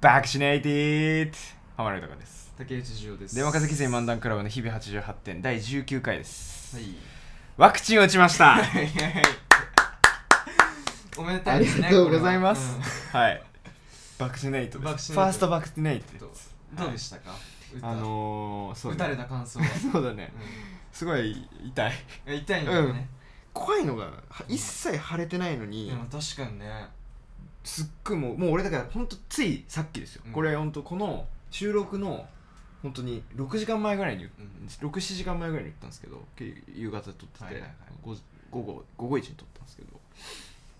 バクシネイティッド浜野豊です竹内十代です。電話風邪は犠牲漫談クラブの日々88点第19回です、い。ワクチン打ちました おめでたいですね。ありがとうございますこはいバクシネイトでバクすシフネイァートストバクシネイれトはうんどうでしたか歌あのー、そう打たれた感想は。 そうだねすごい痛いうん痛いんだよね。怖いのがは一切腫れてないのに、でも確かにね。すっごいもうもう俺だからほんとついさっきですよ、うんこれほんとこの収録の本当に6時間前ぐらいに、ん67時間前ぐらいに行ったんですけどけ夕方撮ってて、はいはいはい午午後午後一に撮ったんですけど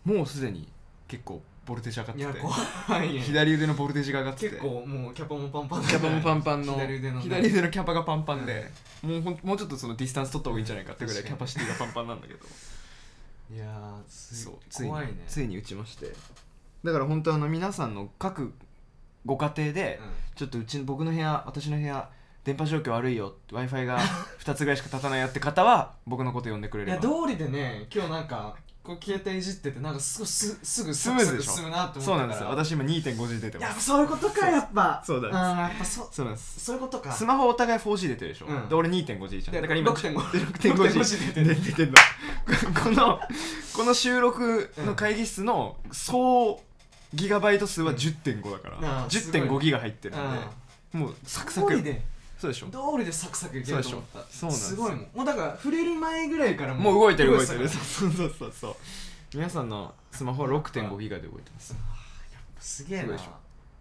もうすでに結構ボルテージ上がっいてや、て怖いよね。左腕のボルテージが上がってて結構もうキャパもパンパンだキねャパもパンパンの左腕のね左腕のキャパがパンパンで、もうほんもうちょっとそのディスタンス取った方がいいんじゃないかってぐらいキャパ確かにシティがパンパンなんだけどいやー、つそうついいに怖いね。ついに打ちましてだから本当あの皆さんの各ご家庭で、うんちょっとうちの僕の部屋私の部屋電波状況悪いよ w i f i が2つぐらいしか立たないよって方は 僕のこと呼んでくれいればや、道理でね、今日なんか、こう携帯いじってて、なんかすごいすすぐスムーズでしょサクサク進むなってそう思なっんでたすかよら。私今2.5G 出てやまっぱすそういうことか、やっぱ。そうだんやっぱそう、そうなんですそういうことか。スマホお互い 4G 出てるでしょ、うんで俺 2.5G じゃんでだから今 6.5G 6.5G 出て出てんの このこの収録の会議室の総ギガバイト数は10.5だから、うんあーすごい10.5ギガ入ってるんで、うもうサクん。サ道ク理よで。そうでしょ通りでサクサクいけると思ったそうでしょそうごいなもんもうだから触れる前ぐらいからもう動いてる動いてるたそかうそうそうそうそう皆さんのスマホは6.5ギガで動いてますらすげえすごいなでしょ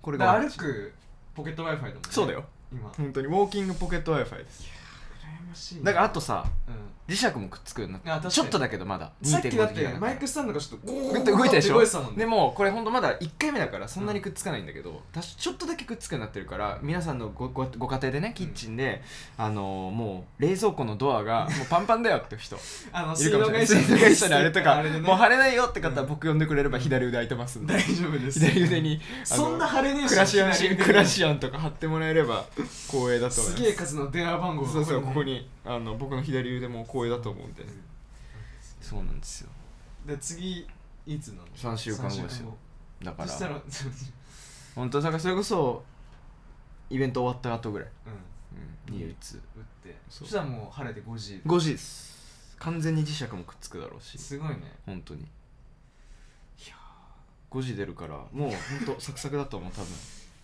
これだかがら歩くポケット Wi-Fi だもんねそうだよ今羨本当にウォーキングポケット Wi-Fi ですましいなだからあとさうん磁石もくっつくようになあっ確かてにちょっとだけどまださっきだ2.5っギてガだかマイらクスタンドがちょっとゴーグッと動いたでしょゴーって動いてたもんねでもこれほんとまだ1回目だからそんなにくっつかないんだけど、たしちょっとだけくっつくようになってるから皆さんのごごご家庭でねキッチンで、あのーもう冷蔵庫のドア がもうパンパンだよって人あのいる水か道もしれな会い社水道会社であれとかあでねもう腫れないよって方はうん僕呼んでくれれば左腕空いてますんで、大丈夫です左腕にあのそんな晴れねえしクラシアンシ左腕 にクラシアンとか貼ってもらえれば光栄だと思いますすげえ数の電話番号がそうそうここににあの僕の左腕も光栄だと思うんで、うんそうなんですよで次いつなの3週間後ですよだかそしたらら本当だからそれこそイベント終わった後ぐらい、 うんうん、にうん打つ打ってそそうしたらもう晴れて5時5時です完全に磁石もくっつくだろうしすごいね本当にいや5時出るからもう本 当サクサクだと思う多分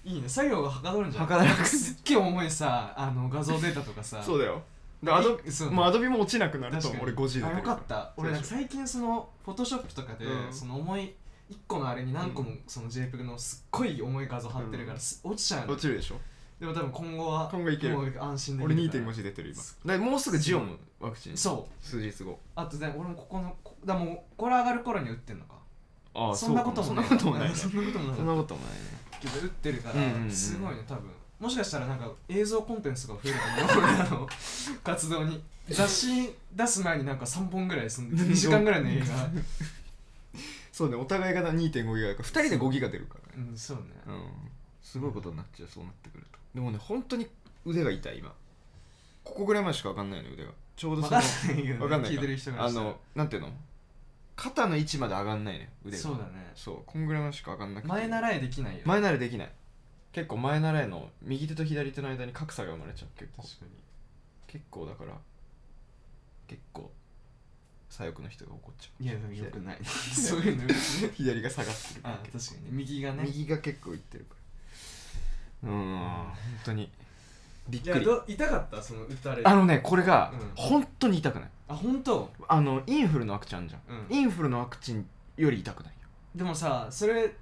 いいね作業がはかどるんじゃないはかどるすっげえ重いさあの画像データとかさそううだよだからアドそうもうアドビも落ちなくなると確思かうに俺5時出てあるらよかった俺なんかそう最近そのフォトショップとかで、うんその重い1個のあれに何個もその JPEG のすっごい重い画像貼ってるから、うんす落ちちゃうの落ちるでしょでも多分今後は今後いけるもう安心でき俺るから2.5時出てる今だからもうすぐジオンワクチンそう数日後あとね俺もここのこだからもうこれ上がる頃に打ってんのかあそんなこともそんなこともない そそんなこともないんなこともないねけど打ってるから、うんうんうんすごいね多分もしかしたらなんか映像コンテンツが増えるかも俺らの 活動に雑誌出す前になんか3本ぐらいその2時間ぐらいの映画そうねお互いが2.5ギガだから2人で5ギガ出るからねうんそうねうんすごいことになっちゃうそうなってくるとでもね本当に腕が痛い今ここぐらいまでしか分かんないの腕がちょうど分そかのんないけど、ね、 わかんない聞いかてる人があのなんていうの肩の位置まで上がんないね腕がそうだねそうこんぐらいまでしか上がんなくて前れ習いできないよ前慣れできない結構前習いの右手と左手の間に格差が生まれちゃう結構確か結構だから結構左翼の人が怒っちゃにいやでもよくない そういうのよくない う左が下がってるあ確かに右がね右が結構いってるからうーん本当にびっいやくりど痛かったその打たれるあのねこれがうん本当に痛くないあ本当あのインフルのワクチンあるじゃん、うんインフルのワクチンより痛くないよでもさそれ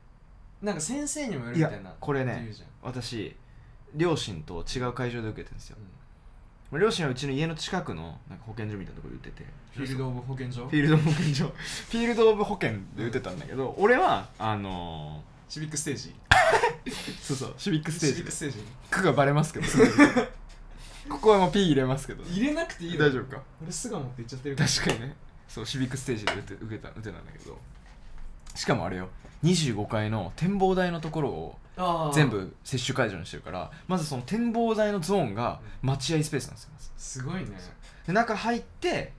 なんか先生にもよいるみやたいなこれって言ねうじゃん私両親と違う会場で受けてるんですようん両親はうちの家の近くのなんか保健所みたいなところで打っててフィールド・オブ保健所フィールド保健所フィールドオブ保健で打てたんだけど、俺はあのシビックステージー、 そうそうシビックステーシジビッでクステージ区がバレますけどここはもう P 入れますけど入れなくていいよ大丈夫か俺巣鴨って言っちゃってるから確かにねそうシビックステージで打て受けた打てたんだけどしかもあれよ25階の展望台のところをあー全部接種会場にしてるからまずその展望台のゾーンが待合スペースなんですよまずすごいねで中入って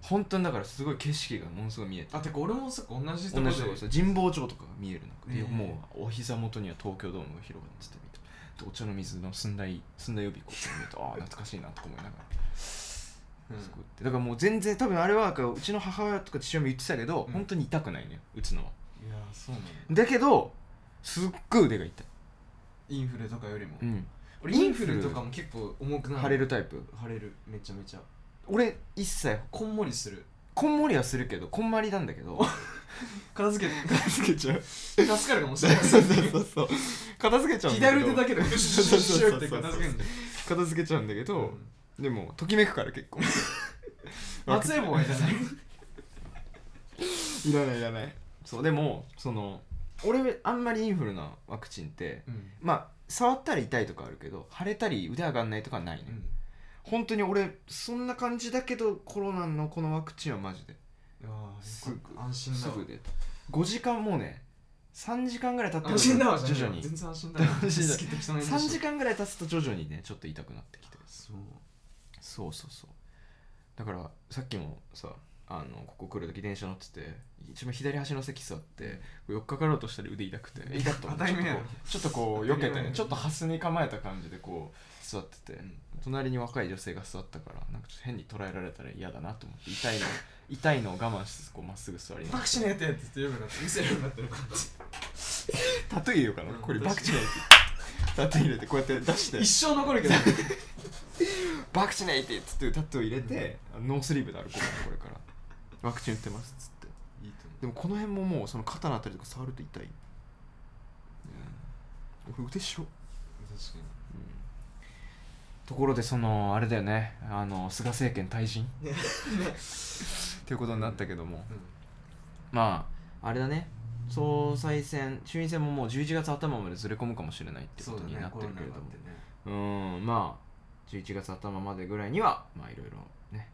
本当にだからすごい景色がものすごい見えてあてか俺もそっか同じとこ同でじとこですよ神保町とかが見える中で、ええもうお膝元には東京ドームが広がっててみたいなでお茶の水の寸大寸大予備校って見る とああ懐かしいなとか思いながらうんすごいってだからもう全然多分あれはなんかうちの母親とか父親も言ってたけど、うん本当に痛くないね打つのはいやーそうなんだだけどすっごい腕が痛い、インフレとかよりも、うん、俺インフレとかも結構重くなる腫れるタイプ腫れるめちゃめちゃ俺一切こんもりするこんもりはするけどこんまりなんだけ ど片付け 片付けちゃう助かるかもしそれうないそうそうそう片付けちゃうんだけ左ど手だけでシュッシュッシュッって片付けるんだよ片付けちゃうんだけど、でもときめくから結 構松江棒はいらないいらないいらないそうでもその俺あんまりインフルなワクチンってうんまあ触ったら痛いとかあるけど腫れたり腕上がんないとかはないね、うん本当に俺そんな感じだけどコロナのこのワクチンはマジでああすぐ安心だすわぐで5時間もうね3時間ぐらい経ってる安心だわ徐々に全然安心だわ安心だ好き適当な3時間間ぐらい経つと徐々にねちょっと痛くなってきてそうそうそうそうだからさっきもさあのここ来る時電車乗ってて一番左端の席座って4日かかろうとしたら腕痛 くて痛くと思って当たり前やろちょっとこうちょっとこう避け当たてり前ねやちょっとハスに構えた感じでこう座ってて、うん隣に若い女性が座ったからなんかちょっと変に捉えられたら嫌だなと思って痛いの痛いのを我慢しつつこうまっすぐ座りながバらクチネってやつって言うようになって見せるようになってる感じタトゥー入れようかな、うんこれバクチネイってタトゥー入れてこうやって出して一生残るけどバクチネイティっつってタトゥー入れて、ノースリーブで歩こうかなこれからワクチン打ってますっつっていいと思でもこの辺ももうその肩のあたりとか触ると痛い、俺腕っしょ、う確かにところでそのあれだよねあの菅政権退陣ねということにな ったけども、うまああれだね総裁選衆院選ももう11月頭までずれ込むかもしれないってんこそうとだにねなってるけれどもコロナになってねう,、んまあ11月頭までぐらいにはまあいろいろね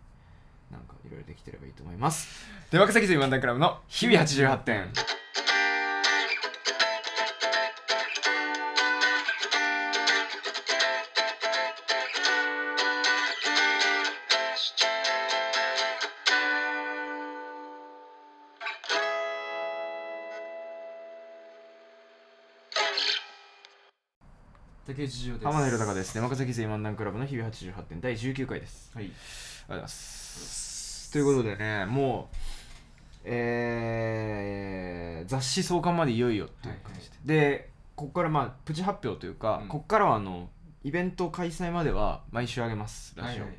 なんかいろいろできてればいいと思いますで若崎という漫談クラブの日々88点竹内十代です浜田宏隆ですで若崎という漫談クラブの日々88点第19回ですはいありがとうございますということでねもうえー雑誌創刊までいよいよっていう感じで、でここからまあプチ発表というか、うんここからはあのイベント開催までは毎週あげますラジオ、はいはい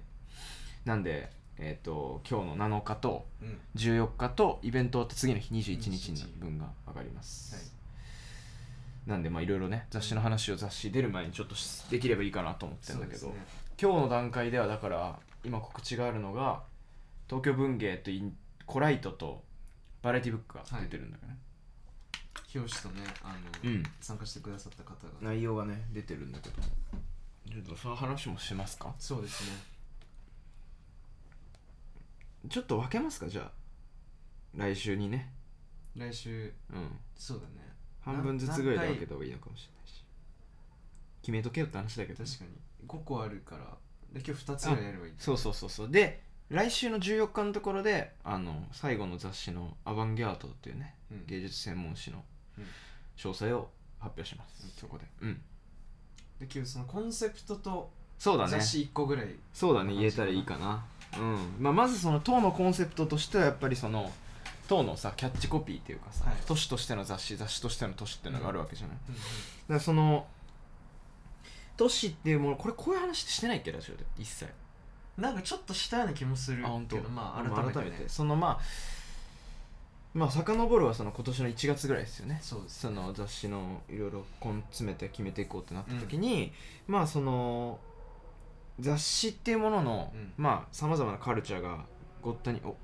なんでえっ、と今日の7日とうん14日とイベント終わって次の日21日21の日分が上がります、はいなんでまあいろいろね雑誌の話を雑誌出る前にちょっとしできればいいかなと思ってるんだけそど、うですね今日の段階ではだから今告知があるのが東京文芸とインコライトとバラエティブックが出てるんだよね、教師とねあうのん参加してくださった方が内容がね出てるんだけどちょっとその話もしますかそうですねちょっと分けますかじゃあ来週にね来週うんそうだね半分ずつぐらいで分けた方がいいのかもしれないし決めとけよって話だけどね確かに5個あるからで今日2つぐらいやればいいそうそうそうそうで来週の14日のところであの最後の雑誌の「アバンギャート」っていうねうん芸術専門誌のうん詳細を発表します、うんそこでうんで今日そのコンセプトとそうだね雑誌1個ぐらいそうだね言えたらいいかなうん、まあ、まずその党のコンセプトとしてはやっぱりその党のさキャッチコピーっていうかさ、はい都市としての雑誌雑誌としての都市っていうのがあるわけじゃない、うんうんだからその都市っていうものこれこういう話してないっけラジオで一切なんかちょっとしたような気もするあ本当けどまあ改めて,、ね、そのまあまあ遡るはその今年の1月ぐらいですよねそうですその雑誌のいろいろ根詰めて決めていこうってなった時に、まあその雑誌っていうものの、うんまあさまざまなカルチャーがごったにお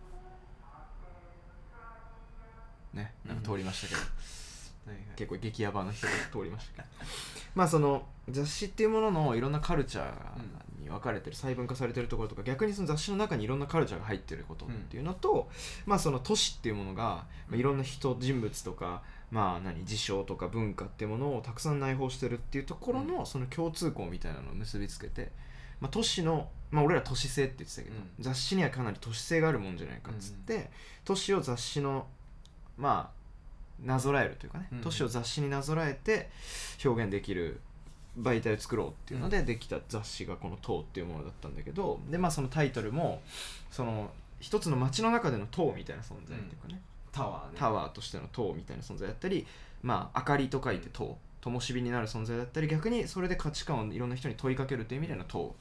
ねなんか通りましたけど、はいはい結構激ヤバな人が通りましたけど まあその雑誌っていうもののいろんなカルチャーに分かれてる細分化されてるところとか逆にその雑誌の中にいろんなカルチャーが入ってることっていうのと、まあその都市っていうものが、まあ、いろんな人人物とかまあ何事象とか文化っていうものをたくさん内包してるっていうところのその共通項みたいなのを結びつけて、まあ、都市の、まあ、俺ら都市性って言ってたけど、うん雑誌にはかなり都市性があるもんじゃないかっつって、都市を雑誌のまあなぞらえるというかね、うん都市を雑誌になぞらえて表現できる媒体を作ろうっていうのでできた雑誌がこの「塔」っていうものだったんだけどでまあそのタイトルもその一つの街の中での塔みたいな存在っていうかね、タワーねタワーとしての塔みたいな存在だったり、まあ、明かりと書いて塔灯火になる存在だったり逆にそれで価値観をいろんな人に問いかけるという意味での塔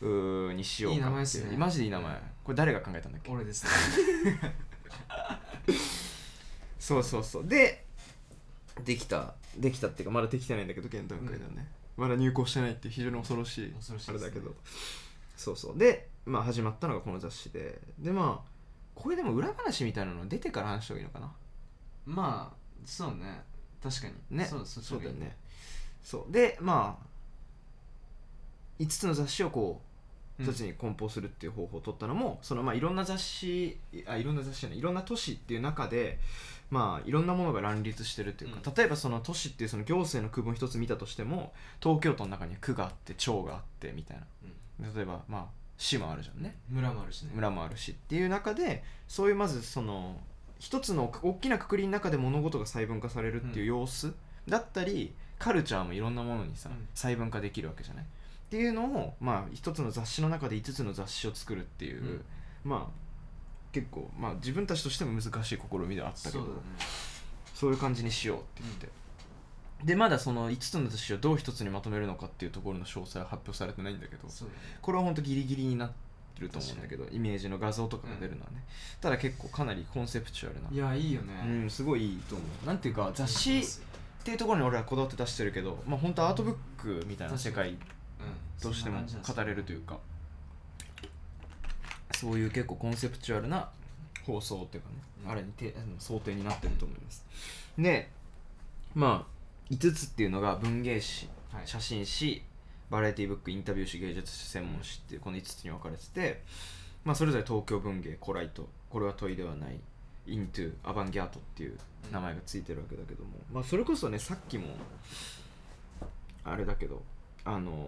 うーにしようかっていい名前っすねマジでいい名前これ誰が考えたんだっけ 俺ですねそうそうそうでできたできたっていうかまだできてないんだけど現段階ではね、まだ入校してないっていう非常に恐ろしい恐ろしいあでれすだねけどそうそうで、まあ、始まったのがこの雑誌ででまあこれでも裏話みたいなの出てから話した方がいいのかなまあそうね確かにねそうそうそうだよねそうでまあ5つの雑誌をこううん一つに梱包するっていう方法を取ったのも、そのまあいろんな雑誌あいろんな雑誌じゃないいろんな都市っていう中でまあいろんなものが乱立してるっていうか、う例えばその都市っていうその行政の区分一つ見たとしても東京都の中には区があって町があってみたいな例えばまあ市もあるじゃんね村もあるしね村もあるしっていう中でそういうまずその一つの大きなくくりの中で物事が細分化されるっていう様子だったり、カルチャーもいろんなものにさ、うん細分化できるわけじゃないっていうのを、まあ、一つの雑誌の中で5つの雑誌を作るっていう、うんまあ結構、まあ、自分たちとしても難しい試みではあったけそうどだねそういう感じにしようって言って、でまだその5つの雑誌をどう1つにまとめるのかっていうところの詳細は発表されてないんだけどそうだねこれは本当ギリギリになってると思うんだけどイメージの画像とかが出るのはね、ただ結構かなりコンセプチュアルないやいいようねんすごいいいと思うなんていうか雑誌っていうところに俺はこだわって出してるけどまあ本当アートブックみたいな世界うんとしても語れるというかそういう結構コンセプチュアルな放送っていうかね、うんあれにてあの想定になってると思いますでまあ5つっていうのが文芸誌はい写真誌バラエティブックインタビュー誌芸術誌専門誌っていうこの5つに分かれてて、まあ、それぞれ東京文芸コライトこれは問いではないイントゥアバンギャートっていう名前がついてるわけだけども、まあ、それこそねさっきもあれだけどあの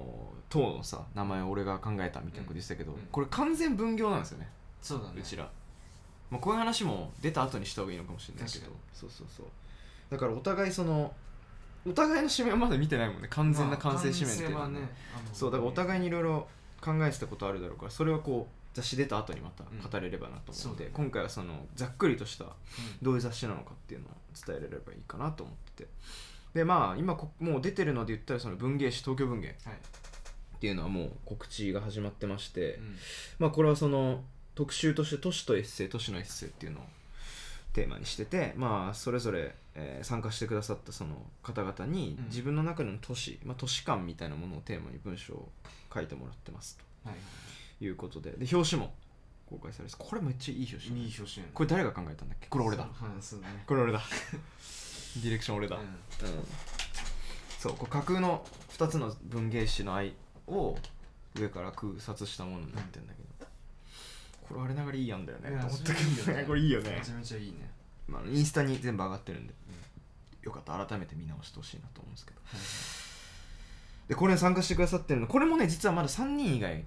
党のさ名前を俺が考えたみたいなこと言ってたけど、うんうんこれ完全分業なんですよねそうだねうちら、まあ、こういう話も出た後にした方がいいのかもしれないけど確かそうそうそうだからお互いそのお互いの紙面まだ見てないもんね完全な完成紙面っていうのまあは完成はねそうだからお互いいにいろいろ考えてたことあるだろうからそれはこう雑誌出た後にまた語れればなと思っうんそうて、だね今回はそのざっくりとしたどういう雑誌なのかっていうのを伝えられればいいかなと思っててでまあ今こもう出てるので言ったらその文芸誌東京文芸はいっていうのはもう告知が始まってまして、うんまあこれはその特集として都市とエッセイ都市のエッセイっていうのをテーマにしててまあそれぞれ、えー参加してくださったその方々にうん自分の中での都市、まあ、都市感みたいなものをテーマに文章を書いてもらってますはいということでで表紙も公開されますこれめっちゃいい表紙いい表紙やねこれ誰が考えたんだっけこれ俺だはいそうだねこれ俺だディレクション俺 だ、うんうん、そうこう架空の2つの文芸誌の愛を上から空撮したものになってんだけど、これあれながらいいやんだよねいやと思ったけそどれいいよねこれいいよねめ、ちゃめちゃいいねまあ、インスタに全部上がってるんで、よかったら改めて見直してほしいなと思うんですけどでこれに参加してくださってるのこれもね実はまだ3人以外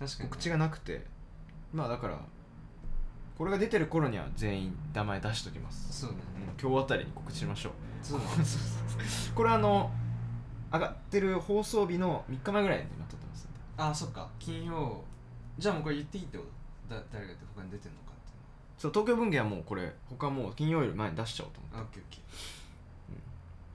確かに告知がなくてまあだからこれが出てる頃には全員名前出しておきます、そうだねうん今日あたりに告知しましょうそうだねこれあの上がってる放送日の3日前ぐらいに今撮ってますんであそっか金曜じゃあもうこれ言っていいってことだ誰がって他に出てんのかっていうそう東京文芸はもうこれ他もう金曜より前に出しちゃおうと思ってのあオッケーオッケ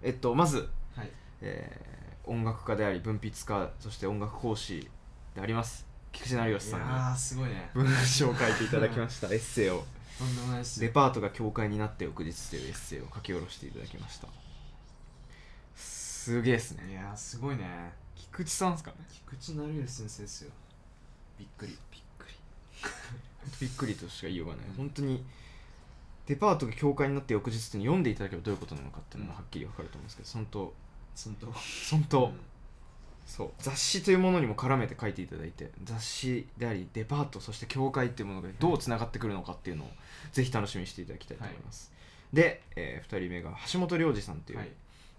えっとまず、ーはいえー音楽家であり文筆家そして音楽講師であります菊池成吉さんにあーすごいね文章を書いていただきましたエッセイをとんでもないっすデよパートが教会になって翌日というエッセイを書き下ろしていただきましたすげえっすねいやーすごいね菊池さんっすかね菊池成吉先生ですよびっくりびっくりびっくりとしか言いようがない本当にデパートが教会になって翌日っていうのを読んでいただけばどういうことなのかっていうのもはっきり分かると思うんですけど本当そんと本当、そう雑誌というものにも絡めて書いていただいて雑誌でありデパートそして教会っていうものがどうつながってくるのかっていうのをぜひ楽しみにしていただきたいと思います、で、え2人目が橋本良二さんという、はい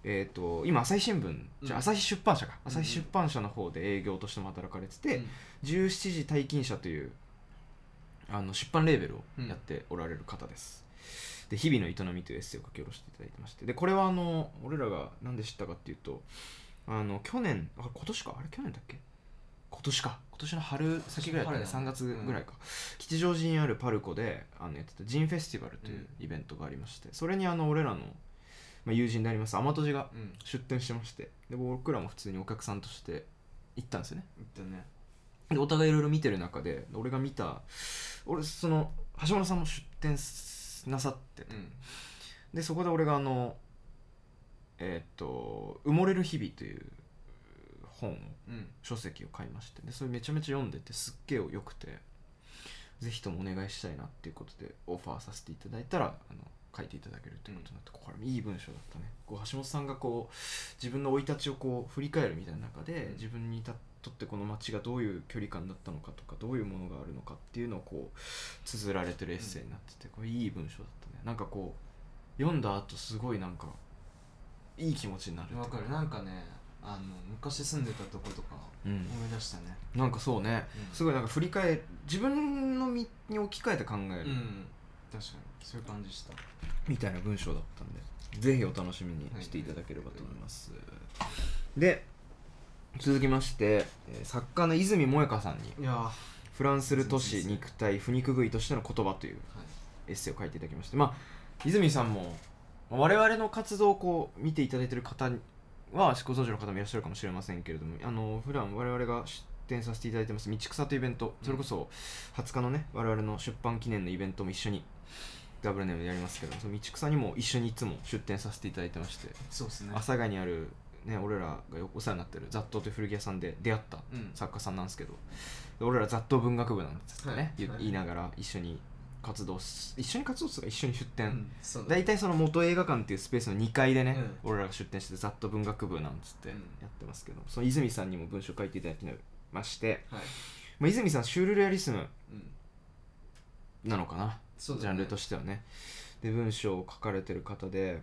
えー、と今朝日新聞じゃうんあ朝日出版社か、うん朝日出版社の方で営業としても働かれてて、17時退勤者というあの出版レーベルをやっておられる方です、で「日々の営み」というエッセイを書き下ろしていただいてましてでこれはあの俺らが何で知ったかっていうとあの去年あ今年かあれ去年だっけ今年か今年の春先ぐらいだったね今3年の春だね月ぐらいか、吉祥寺にあるパルコであのやってたジンフェスティバルというイベントがありまして、それにあの俺らの、まあ、友人でありますアマトジがうん、出店してましてで僕らも普通にお客さんとして行ったんですよね言ったねでお互いいろいろ見てる中で俺が見た俺その橋本さんも出店すなさってうんでそこで俺があのえーっと「埋もれる日々」という本をうん書籍を買いましてでそれめちゃめちゃ読んでてすっげえよくてぜひともお願いしたいなっていうことでオファーさせていただいたらあの書いていただけるということになって、これいい文章だったねこう橋本さんがこう自分の生い立ちをこう振り返るみたいな中で、うん自分にたとってこの街がどういう距離感だったのかとかどういうものがあるのかっていうのをこう綴られてるエッセイになってて、これいい文章だったねなんかこう読んだ後すごいなんかいい気持ちになるっていうわかるなんかねあの昔住んでたとことかうん思い出したねなんかそうね、うんすごいなんか振り返自分の身に置き換えて考えうるん確かにそういう感じしたみたいな文章だったんで、ぜひお楽しみにしていただければと思います、で続きましてえー作家の泉萌香さんにいやーは「フランスる都市泉先生肉体不肉食いとしての言葉」といういエッセイを書いていただきましてまあ泉さんもまあ我々の活動をこう見ていただいてる方はご存知の方もいらっしゃるかもしれませんけれどもあの普段我々が出展させていただいてます「道草」というイベントそれこそ20日のね我々の出版記念のイベントも一緒にダブルネームでやりますけどその道草にも一緒にいつも出展させていただいてましてそうですね阿佐ヶ谷にある、ね、俺らがよくお世話になってる雑踏という古着屋さんで出会ったうん作家さんなんですけど、で俺ら雑踏文学部なんですってね、はい言はい言いながら一緒に活動す一緒に活動するか一緒に出う展、んそうだ大体その元映画館っていうスペースの2階でね、う俺らが出展して雑踏文学部なんつってうやんってますけど、その泉さんにも文章書いていただきまして、はいまあ、泉さんシュールレアリスムうんなのかなそうだねジャンルとしてはねで文章を書かれてる方で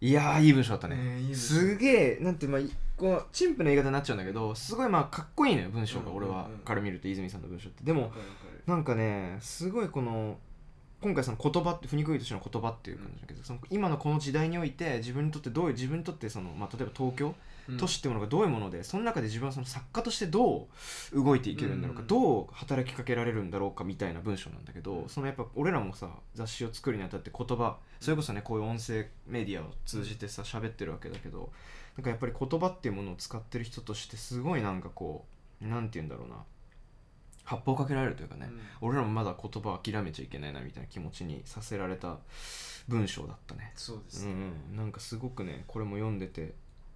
いやーいい文章だったねねいい文章すげえなんてまあいこう陳腐な言い方になっちゃうんだけどすごいまあかっこいいのよ文章がうんうん俺うんはから見ると泉さんの文章ってでわもかるわかるなんかねすごいこの今回その言葉って不憎い年の言葉っていう感じだけど、その今のこの時代において自分にとってどういう自分にとってその、まあ、例えば東京うん都市っていうものがどういうものでその中で自分はその作家としてどう動いていけるんだろうか、うんどう働きかけられるんだろうかみたいな文章なんだけど、うんそのやっぱ俺らもさ雑誌を作るにあたって言葉それこそねこういう音声メディアを通じてさ喋ってるわけだけどなんかやっぱり言葉っていうものを使ってる人としてすごいなんかこうなんて言うんだろうな発砲かけられるというかね、うん俺らもまだ言葉を諦めちゃいけないなみたいな気持ちにさせられた文章だったね。そうでうすねんうん、なんかすごくねこれも読んでて、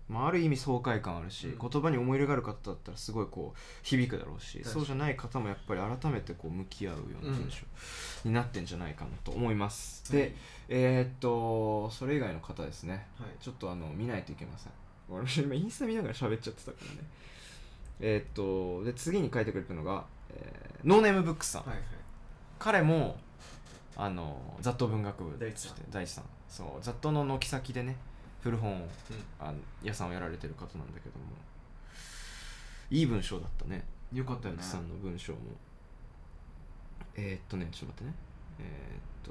まあ、ある意味爽快感あるし、うん言葉に思い入れがある方だったらすごいこう響くだろうし確かにそうじゃない方もやっぱり改めてこう向き合うような文章になってんじゃないかなと思います、で、えーっとそれ以外の方ですねはいはいちょっとあの見ないといけません俺も今インスタ見ながら喋っちゃってたからねえーっとで次に書いてくれたのが、えーノーネームブックスさん、はいはい彼もあの雑踏文学部大地さんとして大地さんそう雑踏の軒先でね古本をうあの屋さんをやられてる方なんだけどもいい文章だったねんよかったよね大地さんの文章もえー、っとねちょっと待ってねえ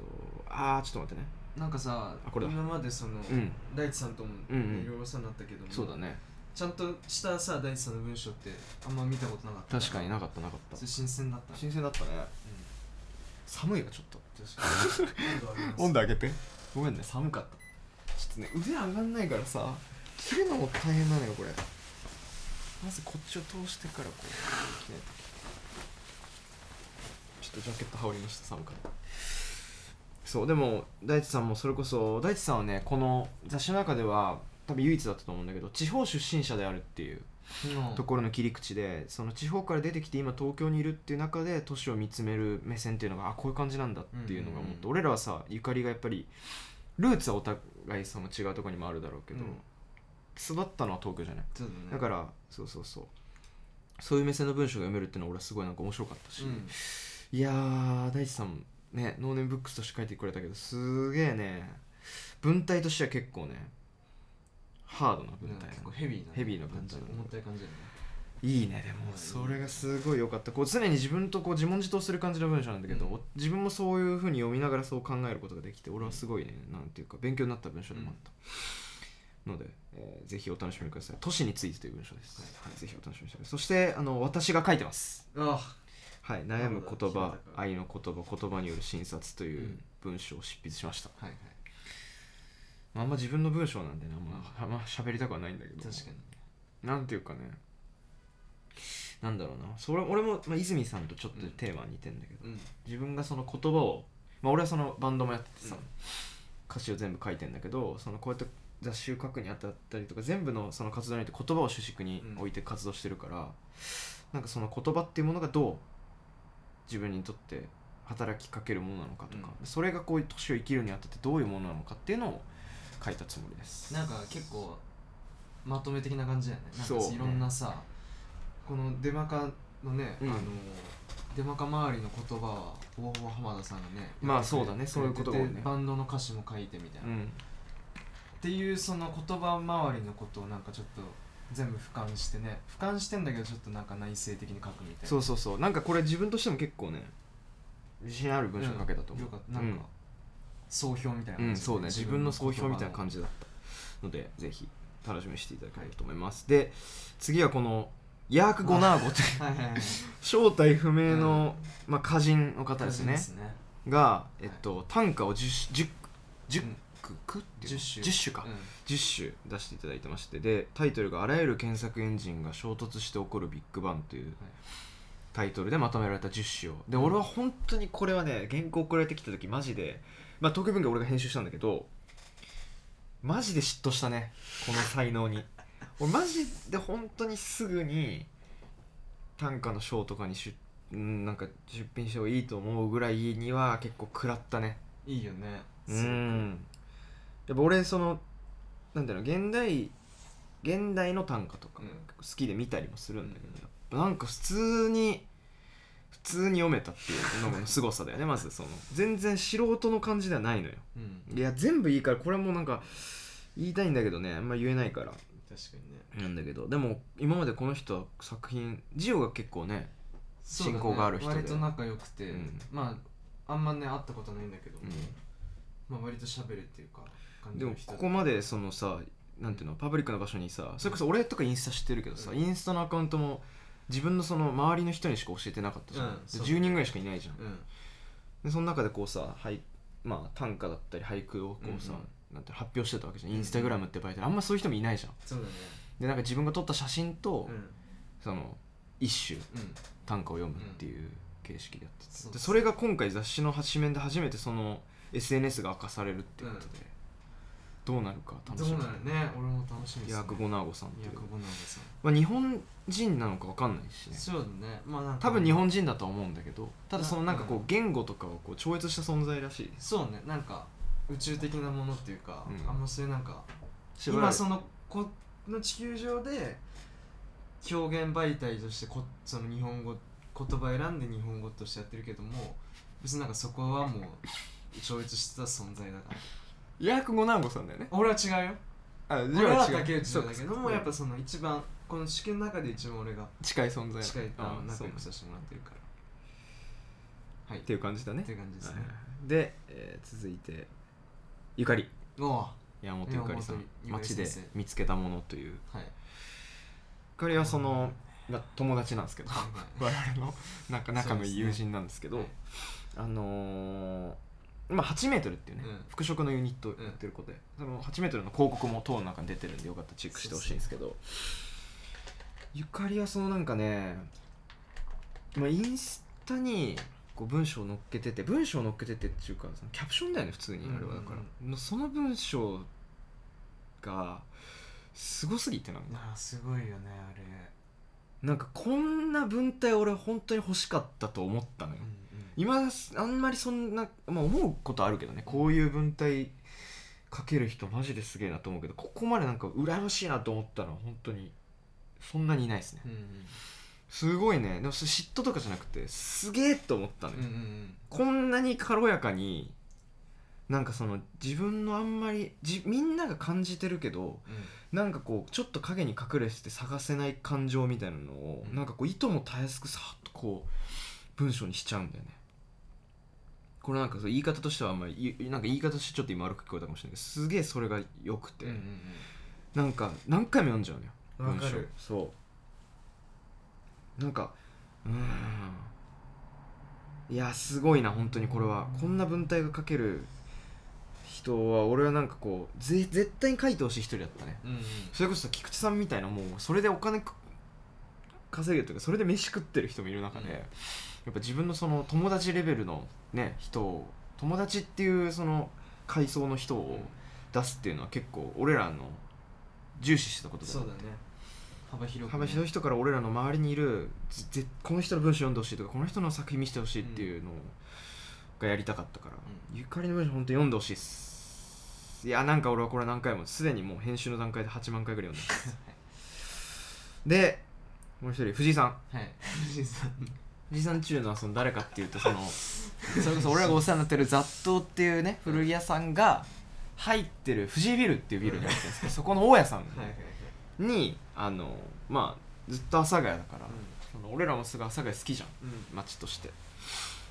ー、っとあーちょっと待ってねなんかさあこれだ今までそのうん大地さんともうんうんいろいろお世話になったけどもそうだねちゃんとしたさ大地さんの文章ってあんま見たことなかった確かになかったなかったそれ新鮮だったね新鮮だったねう寒いわちょっと ん確かに温度上げます度上げてごめんね寒かったちょっとね腕上がんないからさ切るのも大変なのよこれまずこっちを通してからこう着ないとちょっとジャケット羽織りました寒かったそうでも大地さんもそれこそ大地さんはねこの雑誌の中では多分唯一だったと思うんだけど地方出身者であるっていううんところの切り口でその地方から出てきて今東京にいるっていう中で都市を見つめる目線っていうのがあこういう感じなんだっていうのがうんうんうん思って、俺らはさゆかりがやっぱりルーツはお互いその違うところにもあるだろうけど、うん育ったのは東京じゃないそうだねだからそうそうそうそういう目線の文章が読めるっていうのは俺はすごいなんか面白かったし、うんいやー大地さんねノーネームブックスとして書いてくれたけどすげえね文体としては結構ねハードな文体結構ヘビーなヘビーな文体重たい感じだよねいいねでもうんそれがすごい良かったこう常に自分とこう自問自答する感じの文章なんだけど、うん自分もそういうふうに読みながらそう考えることができて俺はすごいねなんていうか勉強になった文章でもあった、ので、えーぜひお楽しみください都市についてという文章です、ははいぜひお楽しみくださいそしてあの私が書いてますあはい悩む言なるほ葉ど愛の言葉言葉による診察といううん文章を執筆しました、あはいはいまああんま自分の文章なんでねあんまあんま喋りたくはないんだけど確かになんていうかねなんだろうなそれ俺も、まあ、泉さんとちょっとテーマは似てんだけど、うん自分がその言葉を、まあ、俺はそのバンドもやっててさ、うん歌詞を全部書いてんだけどそのこうやって雑誌を書くにあたったりとか全部のその活動によって言葉を主軸に置いて活動してるから、なんかその言葉っていうものがどう自分にとって働きかけるものなのかとか、それがこういう年を生きるにあたってどういうものなのかっていうのを書いたつもりです。なんか結構まとめ的な感じだよねなんそうかいろんなさ、このデマカのね、うんあのデマカ周りの言葉はほぼほぼ浜田さんがねまあやってくそれうだねそういうことが多いねでバンドの歌詞も書いてみたいな、うっんていうその言葉周りのことをなんかちょっと全部俯瞰してね俯瞰してんだけどちょっとなんか内省的に書くみたいなそうそうそうなんかこれ自分としても結構ね自信ある文章書けたと思う、よかったなんか、総評みたいなうん、感じ、うんそうね自分の総評みたいな感じじだったのでぜひ楽しみにしていただければと思います、で次はこのヤーク・ゴナーゴというはいはい はい正体不明の、まあ、歌人の方ですねですねが、えっと、短歌を 10, 10, 10句っていうの10首10首か、うん10首出していただいてましてでタイトルが「あらゆる検索エンジンが衝突して起こるビッグバン」というタイトルでまとめられた10首をで、うん俺は本当にこれはね原稿送られてきた時マジでまあ特文が俺が編集したんだけどマジで嫉妬したねこの才能 に俺マジで本当にすぐに短歌の賞とかに出うんなんか出品してもいいと思うぐらいには結構食らったねいいよねうんやっぱ俺そのなんだろう現代現代の短歌とかうん好きで見たりもするんだけど、うんやっぱなんか普通に普通に読めたっていうのの凄さだ よねまずその全然素人の感じではないのようんいや全部いいからこれもなんか言いたいんだけどねあんま言えないから確かにねなんだけどでも今までこの人は作品ジオが結構ねそうだね親交がある人で割と仲良くて、うんまああんまね会ったことないんだけど、うんまあ割と喋るっていうか感でじものこ人こまでそのさなんていうのパブリックな場所にさそれこそ俺とかインスタ知ってるけどさ、うんインスタのアカウントも自分のその周りの人にしか教えてなかったじゃん、うでんそう10人ぐらいしかいないじゃん、うんでその中でこうさ、はいまあ、短歌だったり俳句をこうさ、うんうんなんて発表してたわけじゃんうんイうんンスタグラムって媒体あんまそういう人もいないじゃんそうだねでなんか自分が撮った写真と、うんその一首うん短歌を読むっていう形式でやってて、そうでそれが今回雑誌の紙面で初めてその SNS が明かされるっていうことで、どうなるか楽どしうみなるね俺も楽しみです、ね、ヤーク・ゴナーゴさんっていうヤクボなんですよまあ、日本人なのか分かんないしねそうだねまあなんか多分日本人だとは思うんだけどただそのなんかこううん言語とかをこう超越した存在らしいですそうねなんか宇宙的なものっていうか、うんあんまそういうなんかしばら今くそのこの地球上で表現媒体としてこその日本語言葉選んで日本語としてやってるけども別になんかそこはもう超越した存在だからヤーク・ゴナーゴさんだよね俺は違うよあじ俺ゃはあ違う竹内そだうかけそうどかもやっぱその一番この地球の中で一番俺が近い存在近いあうんの仲そう良ねくさせてもらってるからはいっっていう感じだねていう感じですはねいで、えー続いてゆかりおおは山本ゆかりさん山本ゆかり街先生で見つけたものというゆいかりはその、まあ、友達なんですけどはい我々のなんか仲のいいそう友ですね人なんですけどはいあのー、まあ8メートルっていうね、うん服飾のユニットやってることで、その8メートルの広告も塔の中に出てるんでよかったらチェックしてほしいんですけどゆかりはそのなんかね、まあ、インスタにこう文章を載っけてて文章を載っけててっていうかそのキャプションだよね普通にあれはだからうん、のその文章がすごすぎて なんかなあすごいよねあれなんかこんな文体俺本当に欲しかったと思ったのよ、うん今あんまりそんな、まあ、思うことあるけどねこういう文体書ける人マジですげえなと思うけどここまでなんか羨ましいなと思ったのは本当にそんなにいないですねうんうんすごいねでもそれ嫉妬とかじゃなくてすげえと思ったのよ、うんうんうんこんなに軽やかになんかその自分のあんまりじみんなが感じてるけどなんかこうちょっと影に隠れして探せない感情みたいなのを、うんなんかこういともたやすくさっとこう文章にしちゃうんだよねこれなんかそう言い方としてはあんまりいなんか言い方としてちょっと今悪く聞こえたかもしれないけどすげえそれが良くて、うんなんか何回も読んじゃうのようんわかるそうなんかうーんいやすごいな本当にこれはこんな文体が書ける人は俺はなんかこうぜ絶対に書いてほしい一人だったねうんうんそれこそ菊池さんみたいなもうそれでお金く稼げるというかそれで飯食ってる人もいる中で、うんやっぱ自分のその友達レベルのね人を友達っていうその階層の人を出すっていうのは結構俺らの重視してたことだよそうだね幅広くね幅広い人から俺らの周りにいるぜぜこの人の文章読んでほしいとかこの人の作品見せてほしいっていうのをがやりたかったから、ゆかりの文章本当に読んでほしいっすいやなんか俺はこれ何回もすでにもう編集の段階で8万回ぐらい読んでます でもう一人藤井さん はい藤井さん藤井さん中のはその誰かっていうと そのそれこそ俺らがお世話になってる雑踏っていうね古着屋さんが入ってる藤井ビルっていうビルに入ってるんです けどそこの大家さんに、はいはいはいあのまあずっと阿佐ヶ谷だから、うその俺らもすぐ阿佐ヶ谷好きじゃんんうん街として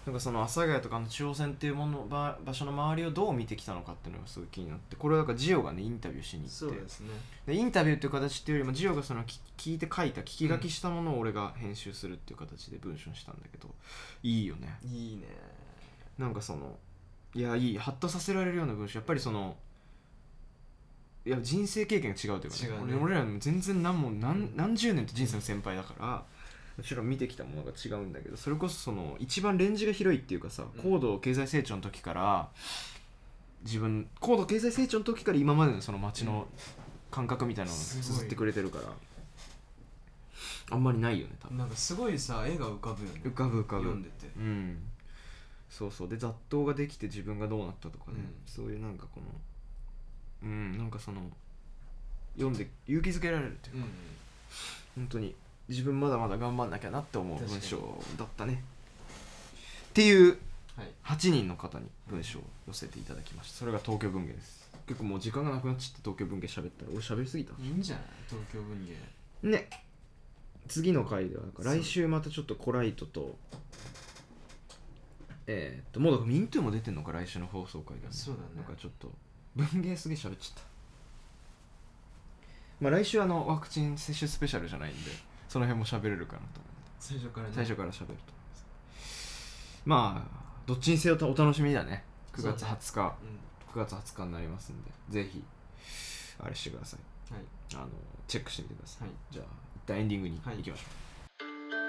なんかその阿佐ヶ谷とかの中央線っていうものば場所の周りをどう見てきたのかっていうのがすごい気になってこれはなんかジオがねインタビューしにそ行っうてですねでインタビューっていう形っていうよりもジオがその聞聞いて書いた聞き書きしたものを俺が編集するっていう形で文章にしたんだけどいいよねいいねなんかそのいやいいハッとさせられるような文章やっぱりそのいや人生経験が違うというか、違うね俺俺らも全然何も何うん何十年と人生の先輩だからもちろん見てきたものが違うんだけどそれこそその一番レンジが広いっていうかさうん高度経済成長の時から自分高度経済成長の時から今までのその街の感覚みたいなのをすごい綴ってくれてるからあんまりないよね多分なんかすごいさ絵が浮かぶよね浮かぶ浮かぶ読んでてうんそうそうで雑踏ができて自分がどうなったとかね、うんそういうなんかこのうんなんかその読んで勇気づけられるといううんか、本当に自分まだまだ頑張んなきゃなって思う確か文に章だったねっていうはい8人の方に文章を寄せていただきましたそれが東京文芸です結構もう時間がなくなっちゃって東京文芸喋ったら俺喋りすぎたいいんじゃない東京文芸ね次の回ではなんか来週またちょっとコライトとえー、っともうだからミントゥーも出てんのか来週の放送回が、そうだねなんかちょっと文芸すげえ喋っちゃったまあ来週あのワクチン接種スペシャルじゃないんでその辺も喋れるかなと思う最初からねんで最初から喋ると思いますまあどっちにせよお楽しみだね9月そうね20日、う9月20日になりますんでぜひあれしてくださいんはいあのチェックしてみてくださいはいじゃあ一旦エンディングに行きましょう、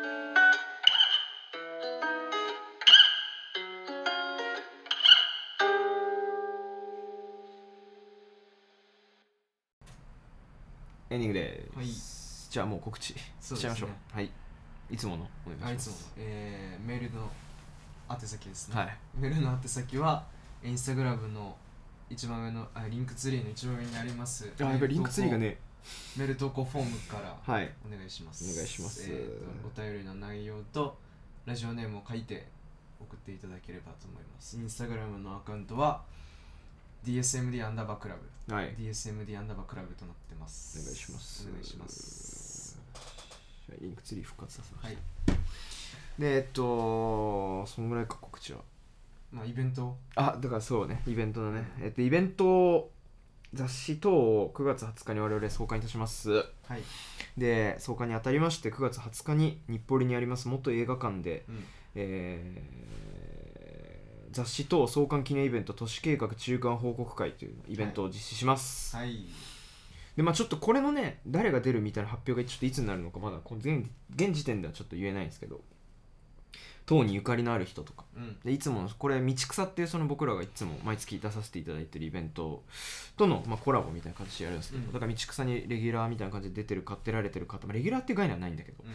エンディングです、はいじゃあもう告知しそうですねちゃいましょうはいいつものお願いしあいまつもす、えーメールの宛先ですね、はいメールの宛先はインスタグラムの一番上のあリンクツリーの一番上にありますあやっぱりリンクツリーがねメール投稿フォームからはいお願いしますお願いしますえーとお便りの内容とラジオネームを書いて送っていただければと思いますインスタグラムのアカウントは DSMD アンダーバークラブはい DSMD アンダーバークラブとなってますお願いしますお願いしますじゃあリンクツリー復活させましはた、いでえっとそのぐらいか告知はまあイベントあだからそうねイベントのね、えっと、イベントを雑誌等を9月20日に我々創刊いたしますはい、で創刊にあたりまして9月20日に日暮里にあります元映画館で、うん、えー雑誌等創刊記念イベント都市計画中間報告会というイベントを実施します、はいでまあちょっとこれのね誰が出るみたいな発表がちょっといつになるのかまだこの現現時点ではちょっと言えないんですけど党にゆかりのある人とかうんでいつものこれ道草っていうその僕らがいつも毎月出させていただいてるイベントとの、まあ、コラボみたいな形でやるんですけど、うんだから道草にレギュラーみたいな感じで出てるか出られてる方、まあ、レギュラーっていう概念はないんだけどう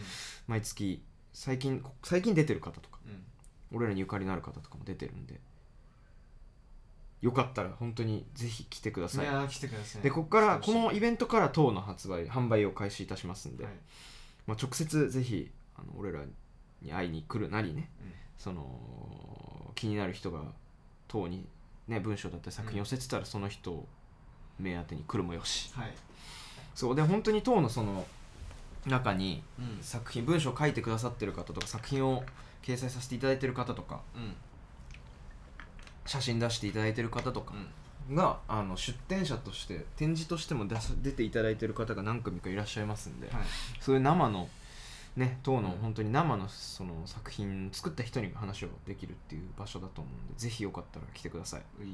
毎月最近最近出てる方とかんうん俺らにゆかりのある方とかも出てるんでよかったら本当にぜひ来てくださいいやー来てくださいでここから来こてほしいのイベントから当の発売販売を開始いたしますんで、はいまあ、直接ぜひあの俺らに会いに来るなりねうんその気になる人が党にね、文章だったり作品を寄せてたらその人を目当てに来るもよし、はい、そうで本当に当のその中にうん作品文章を書いてくださってる方とか作品を掲載させていただいてる方とかうん写真出していただいてる方とかが、あの出展者として展示としても出さ出ていただいてる方が何組かいらっしゃいますんで、はいそういう生のね当のうん本当に生のその作品作った人に話をできるっていう場所だと思うんでぜひよかったら来てくださいうい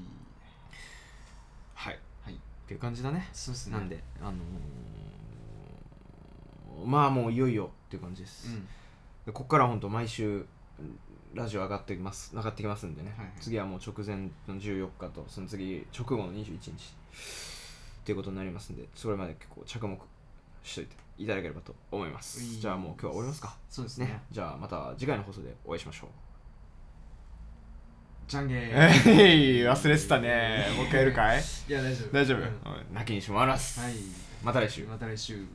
はいはいっていう感じだねそうですねなんであのーまあもういよいよっていう感じです、うんでここから本当毎週うんラジオ上がってきます上がってきますんでね、はいはい次はもう直前の14日とその次直後の21日っていうことになりますんでそれまで結構着目しといていただければと思いまういすじゃあもう今日は終わりますかそうですねねじゃあまた次回の放送でお会いしましょうじゃんけ んえい忘れてたねもう一回やるかいいや大丈夫大丈夫、うんうん泣きにしもあらす、はいまた来週また来週